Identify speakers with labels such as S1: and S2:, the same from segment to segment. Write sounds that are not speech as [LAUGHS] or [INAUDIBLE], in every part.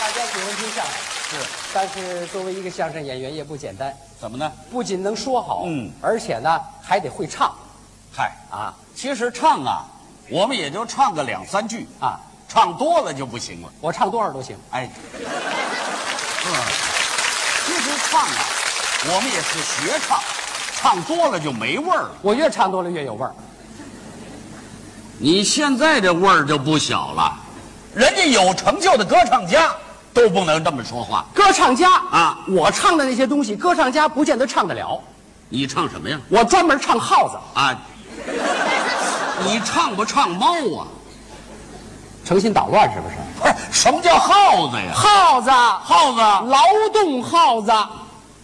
S1: 大家喜欢听相声，
S2: 是
S1: 但是作为一个相声演员也不简单，
S2: 怎么呢？
S1: 不仅能说好，
S2: 嗯
S1: 而且呢还得会唱
S2: 嗨，
S1: 啊
S2: 其实唱啊，我们也就唱个两三句，
S1: 啊！
S2: 唱多了就不行了。
S1: 我唱多少都行，
S2: 哎，嗯，其实唱啊，我们也是学唱，唱多了就没味儿了。
S1: 我越唱多了越有味儿。
S2: 你现在这味儿就不小了，人家有成就的歌唱家都不能这么说话。
S1: 歌唱家
S2: 啊，
S1: 我唱的那些东西，歌唱家不见得唱得了。
S2: 你唱什么呀？
S1: 我专门唱耗子，
S2: 啊，你唱不唱猫啊？
S1: 诚心捣乱是不是？
S2: 不是，什么叫耗子呀？
S1: 耗子，
S2: 耗子，啊
S1: 劳动耗子，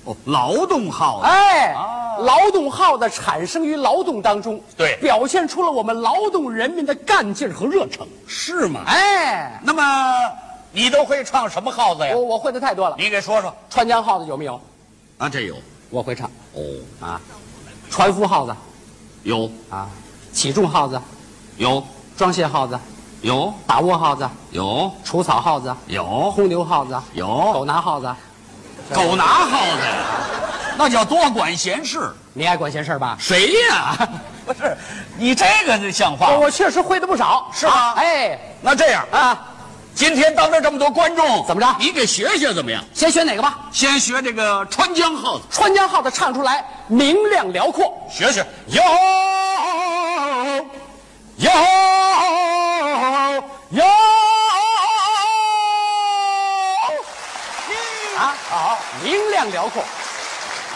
S2: 哦，劳动耗子。
S1: 哎，
S2: 啊
S1: 劳动耗子产生于劳动当中，
S2: 对
S1: 表现出了我们劳动人民的干劲儿和热诚。
S2: 是吗？
S1: 哎，
S2: 那么你都会唱什么号子呀
S1: 我？我会的太多了。
S2: 你给说说
S1: 川江号子有没有？
S2: 啊，这有
S1: 我会唱
S2: 哦，
S1: 啊。船夫号子
S2: 有
S1: 啊，起重号子，
S2: 有
S1: 装卸号子，
S2: 有
S1: 把窝号子，
S2: 有
S1: 除草号子，
S2: 有
S1: 轰牛号子，
S2: 有
S1: 狗拿号子。哦
S2: 狗拿耗子呀，那叫多管闲事。
S1: 你爱管闲事儿吧？
S2: 谁呀？ [LAUGHS] 哦不是，你这个就像话
S1: 啊我
S2: 吗？
S1: 我确实会的不少，
S2: 是吗
S1: 啊哎
S2: 那这样，
S1: 啊，
S2: 今天当着这么多观众，
S1: 怎么着
S2: 你给学学怎么样？
S1: 先选哪个吧？
S2: 先学这个川江号子，
S1: 川江号子唱出来明亮辽阔，
S2: 学学。有有有
S1: 啊，好，明亮辽阔，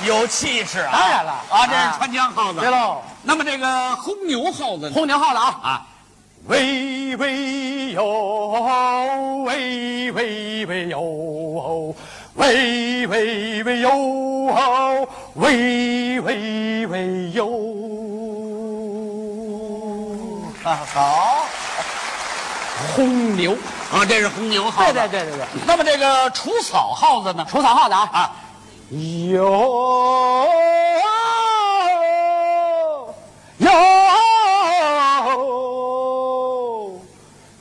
S2: 有气势啊！
S1: 当然了
S2: 啊，这是川江号子。
S1: 对喽。
S2: 那么这个红牛号子呢？
S1: 轰牛号子啊，
S2: 啊，
S1: 喂喂哟，喂喂喂哟，喂喂喂哟，喂喂喂哟，
S2: 好
S1: 轰牛，
S2: 啊，这是红牛号
S1: 对
S2: 子。
S1: 对对对对，
S2: 那么这个除草号子呢？
S1: 除草号子啊，
S2: 啊，
S1: 有有有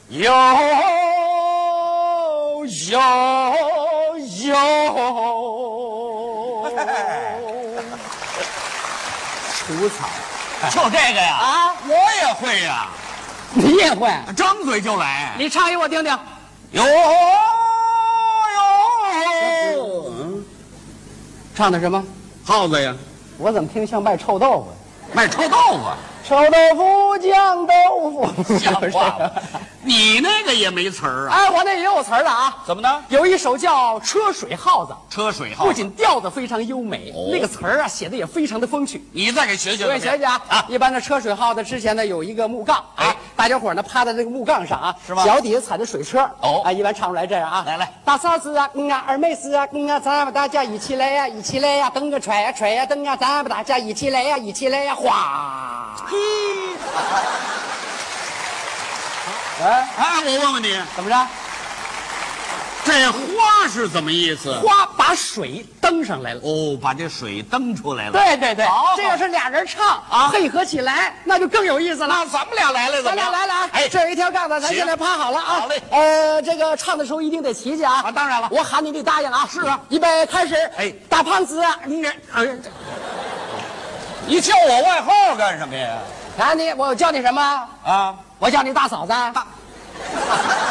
S1: [LAUGHS] 有有，除草
S2: 就这个呀。
S1: 啊，
S2: 我也会呀，
S1: 你也会？
S2: 张嘴就来。
S1: 你唱一我听听。
S2: 有有
S1: 哦唱的什么？
S2: 耗子呀，
S1: 我怎么听像卖臭豆腐？
S2: 卖臭豆腐，啊
S1: 臭豆腐酱豆腐，
S2: [LAUGHS] 像话吗？你那个也没词儿
S1: [LAUGHS]
S2: 啊？
S1: 哎，我那也有词儿了啊，
S2: 怎么呢？
S1: 有一首叫《车水号子》，
S2: 车水号子。
S1: 不仅调子非常优美，
S2: 哦
S1: 那个词儿啊写的也非常的风趣。
S2: 你再给学
S1: 各
S2: 学怎么
S1: 位
S2: 样。
S1: 学学啊，
S2: 啊，
S1: 一般的车水号子之前呢有一个木杠啊
S2: 哎，
S1: 大家伙儿呢趴在这个木杠上啊，
S2: 是吗
S1: 脚底下踩着水车
S2: 哦
S1: 啊，一般唱出来这样啊，
S2: 来来，
S1: 大嫂子啊，嗯啊，二妹子啊，嗯啊，咱们大家一起来呀、一起来呀、蹬啊踹呀、踹呀、蹬啊，咱们大家一起来呀、一起来呀、哗，哎，
S2: 哎，我问问你，
S1: 怎么着？
S2: 这花是怎么意思？
S1: 花把水蹬上来了。
S2: 哦，把这水蹬出来了。，
S1: 对对对
S2: 好好，
S1: 这要是俩人唱啊，配合起来，那就更有意思了。
S2: 那咱们俩来了，
S1: 咱
S2: 怎么
S1: 俩
S2: 样？
S1: 来了啊！
S2: 哎，
S1: 这有一条杠子，咱
S2: 行
S1: 现在趴好了啊。
S2: 好嘞
S1: 呃，这个唱的时候一定得齐齐啊。
S2: 啊当然了
S1: 我喊你得答应啊。是啊，预备开始。
S2: 哎
S1: 大胖子啊，嗯，嗯，
S2: 你叫我外号干什么呀？
S1: 啊你，我叫你什么？
S2: 啊，
S1: 我叫你大嫂子啊。 [LAUGHS]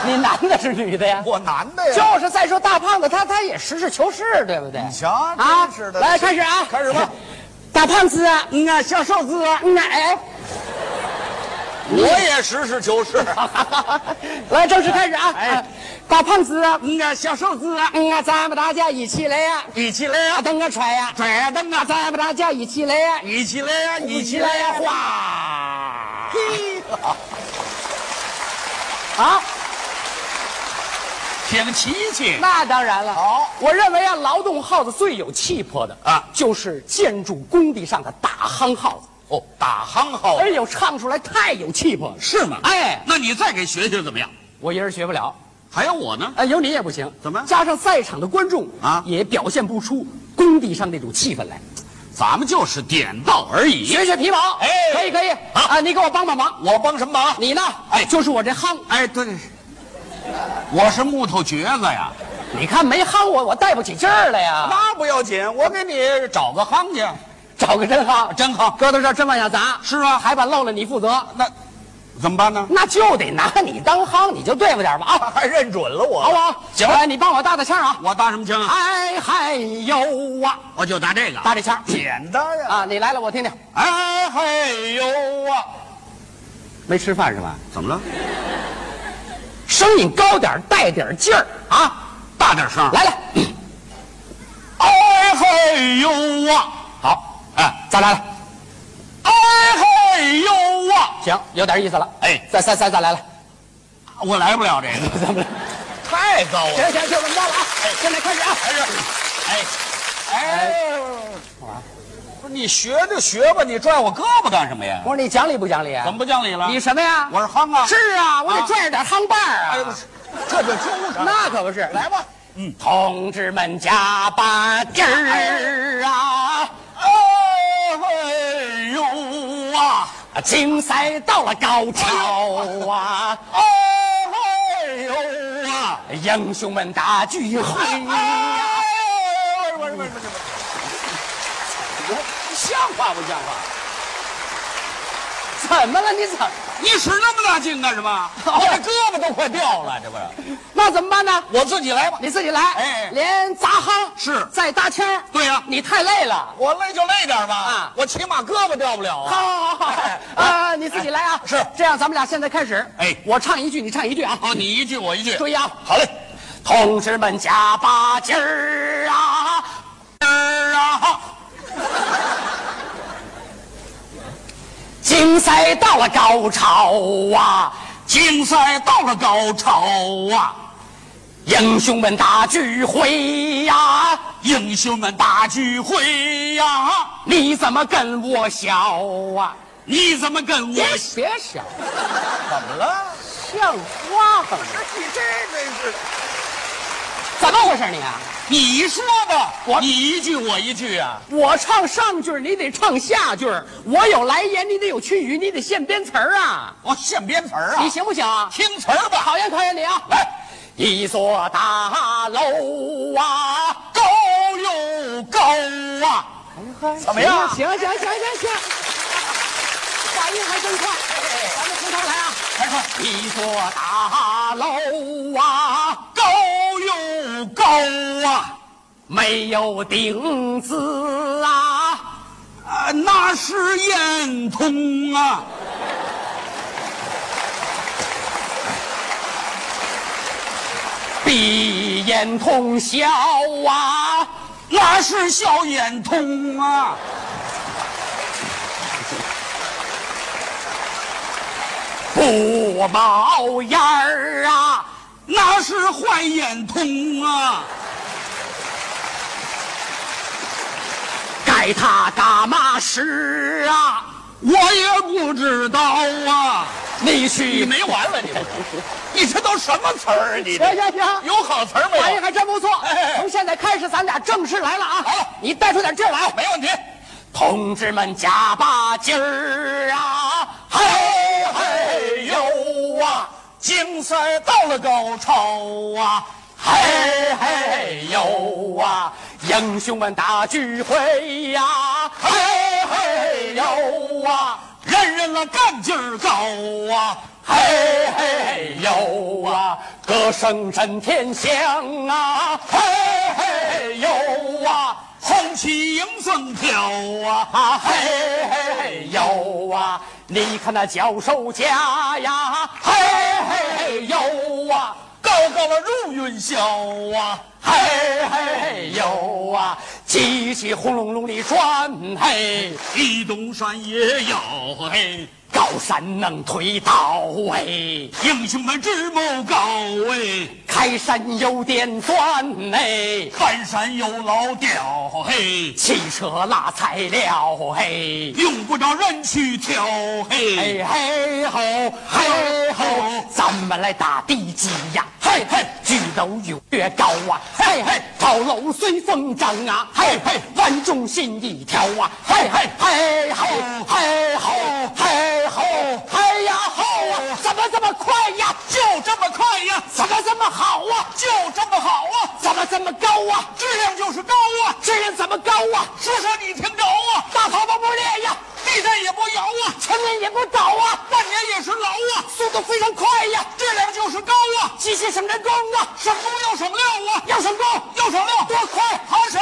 S1: 你男的是女的呀？
S2: 我男的呀。
S1: 就是再说大胖子，他他也实事求是，对不对？
S2: 你瞧
S1: 啊
S2: 真是，的
S1: 来开始啊，
S2: 开始吧。
S1: [LAUGHS] 大胖子啊，嗯啊，小瘦子啊，嗯啊，哎。
S2: 我也实事求是。
S1: [LAUGHS] 来，正式开始啊！
S2: 哎
S1: 哎，大胖子啊，嗯啊，小瘦子啊，嗯啊，咱们大家一起来呀、
S2: [LAUGHS] 你起来呀
S1: 啊，，蹬啊踹呀、
S2: 拽呀蹬啊，
S1: 咱们大家一起来呀、 [LAUGHS]
S2: 你起来呀，你起来呀， [LAUGHS] 哗！
S1: 啊，
S2: 挺齐齐。
S1: 那当然了。
S2: 好，
S1: 我认为啊，劳动号子最有气魄的
S2: 啊
S1: 就是建筑工地上的大夯号子，
S2: 哦，打夯号
S1: 哎呦，唱出来太有气魄了。
S2: 是吗？
S1: 哎，
S2: 那你再给学学怎么样？
S1: 我一人学不了，
S2: 还有我呢？
S1: 哎，有你也不行。
S2: 怎么
S1: 加上在场的观众
S2: 啊
S1: 也表现不出工地上那种气氛来。
S2: 咱们就是点到而已。
S1: 学学皮毛，
S2: 哎
S1: 可以可以。
S2: 好
S1: 啊，你给我帮帮忙。
S2: 我帮什么忙？
S1: 你呢？哎，
S2: 哎
S1: 就是我这夯，
S2: 哎，对，我是木头橛子呀，
S1: 你看没夯我，我带不起劲儿了呀。
S2: 那不要紧，我给你找个夯去，
S1: 找个真夯，
S2: 真夯。
S1: 搁到这儿真往下砸，
S2: 是啊，
S1: 还把漏了你负责，
S2: 那怎么办呢？
S1: 那就得拿你当夯，你就对付点儿吧啊，
S2: 还认准了我
S1: 好不好？
S2: 行
S1: 哎，你帮我搭搭腔啊。
S2: 我搭什么枪啊？
S1: 哎嗨呦啊，
S2: 我就搭这个
S1: 搭这腔
S2: 简单呀。
S1: 啊，你来了我听听。
S2: 哎嘿呦啊！
S1: 没吃饭是吧？
S2: 怎么了？
S1: 声音高点儿，带点儿劲儿啊！
S2: 大点声。
S1: 来来，
S2: 哎嘿呦啊！
S1: 好，哎，再来来，
S2: 哎嘿呦啊！
S1: 行，有点意思了。
S2: 哎
S1: 再再再再来来，
S2: 我来不了这个，
S1: 怎么了？
S2: 太高了。
S1: 行行，就这么着了啊！现在开始啊！
S2: 还是，哎，哎，不是你学就学吧，你拽我胳膊干什么呀？
S1: 我说你讲理不讲理啊？
S2: 怎么不讲理了？
S1: 你什么呀？
S2: 我是夯啊！
S1: 是啊，我得
S2: 啊
S1: 拽着点夯把儿
S2: 哎呦
S1: 啊。，
S2: 这就纠缠。
S1: 那可不是，
S2: 来吧，
S1: 同志们加把劲儿啊！
S2: 哎呦啊，
S1: 竞赛到了高潮啊！
S2: 哎呦啊，
S1: 英雄们大聚会呀、
S2: 哎，不是不是不是像话不像话？
S1: 怎么了？你怎么？
S2: 你使那么大劲干什么？我这胳膊都快掉了，这不是？
S1: 那怎么办呢？
S2: 我自己来吧。
S1: 你自己来，
S2: 哎
S1: 连砸夯
S2: 是
S1: 再搭腔儿
S2: 对呀
S1: 你太累了。
S2: 我累就累点吧，
S1: 啊
S2: 我起码胳膊掉不了
S1: 好
S2: 啊。
S1: 好好好
S2: 哎，
S1: 啊，你自己来啊。
S2: 是
S1: 这样咱们俩现在开始。
S2: 哎
S1: 我唱一句，你唱一句啊。
S2: 哦，你一句我一句，
S1: 注意啊，
S2: 好嘞。
S1: 同志们加把劲儿啊！
S2: 儿啊，
S1: 竞赛到了高潮啊！
S2: 竞赛到了高潮啊，
S1: 英雄们大聚会呀、
S2: 英雄们大聚会呀、
S1: 你怎么跟我笑啊？
S2: 你怎么跟我？
S1: 别笑，
S2: 怎么了？
S1: 像话吗？
S2: 你这真是，
S1: 怎么回事你啊？
S2: 你说的，
S1: 我
S2: 你一句我一句啊。
S1: 我唱上句儿，你得唱下句儿；我有来言，你得有去语，你得现编词儿啊！
S2: 我现编词儿啊
S1: 你，行不行啊？
S2: 听词儿哎吧。
S1: 考验考验你啊！
S2: 来，
S1: 一座大楼啊，
S2: 高又高啊，
S1: 怎
S2: 么样
S1: 行行行行行行，反应还真快，
S2: 哎
S1: 咱们从头来啊！
S2: 来快，
S1: 一座大楼啊，
S2: 高又高啊，
S1: 没有顶子啊，
S2: 啊，那是烟囱啊。
S1: 闭眼通宵啊！
S2: 那是小眼通啊！
S1: 不冒烟儿啊，
S2: 那是坏眼通啊！
S1: 该他干嘛使啊？
S2: 我也不知道啊！
S1: 你
S2: 你
S1: 去，
S2: 没完了，你不是 [LAUGHS] 你这都什么词儿啊？你
S1: 行行行，
S2: 有好词儿没
S1: 反应
S2: 有？
S1: 还真不错
S2: 哎哎。
S1: 从现在开始，咱俩正式来了啊！
S2: 好
S1: 你带出点劲儿来，
S2: 没问题。
S1: 同志们加把劲儿啊！
S2: 嘿嘿呦啊！竞赛到了高潮啊！
S1: 嘿嘿呦啊，英雄们大聚会呀、
S2: 嘿嘿
S1: 呦啊，
S2: 人人了干劲儿高啊！
S1: 嘿嘿呦啊，歌声震天响啊，
S2: 嘿嘿
S1: 嘿呦啊，
S2: 红旗迎风飘啊！
S1: 啊嘿嘿呦啊，你看那脚手架呀，嘿嘿呦啊。
S2: 高高了入云霄啊！
S1: 嘿嘿呦啊，机器轰隆隆地转嘿，
S2: 地动山也摇嘿。
S1: 高山能推倒嘿。
S2: 英雄们智谋高哎，
S1: 开山有点钻哎，
S2: 看山有老屌嘿，
S1: 汽车拉材料嘿，
S2: 用不着人去挑嘿，
S1: 嘿嘿吼嘿吼，咱们来打地基呀，嘿嘿，举楼有越高啊，嘿嘿，高楼随风长啊，嘿嘿，万众心一条啊，嘿嘿嘿吼嘿吼嘿吼嘿呀吼啊，怎么这么快呀？
S2: 就这么快呀，
S1: 怎么这么好啊？
S2: 就这么好啊，
S1: 怎么高啊？
S2: 质量就是高啊！
S1: 质量怎么高啊？
S2: 说说你听着啊，
S1: 大草包不裂呀，
S2: 地震也不摇啊，
S1: 前面也不倒啊，
S2: 半年也是牢啊，
S1: 速度非常快呀，
S2: 质量就是高啊，
S1: 机械省人工啊，
S2: 省工又省料啊，
S1: 要省工
S2: 又省料，
S1: 多快！
S2: 好省。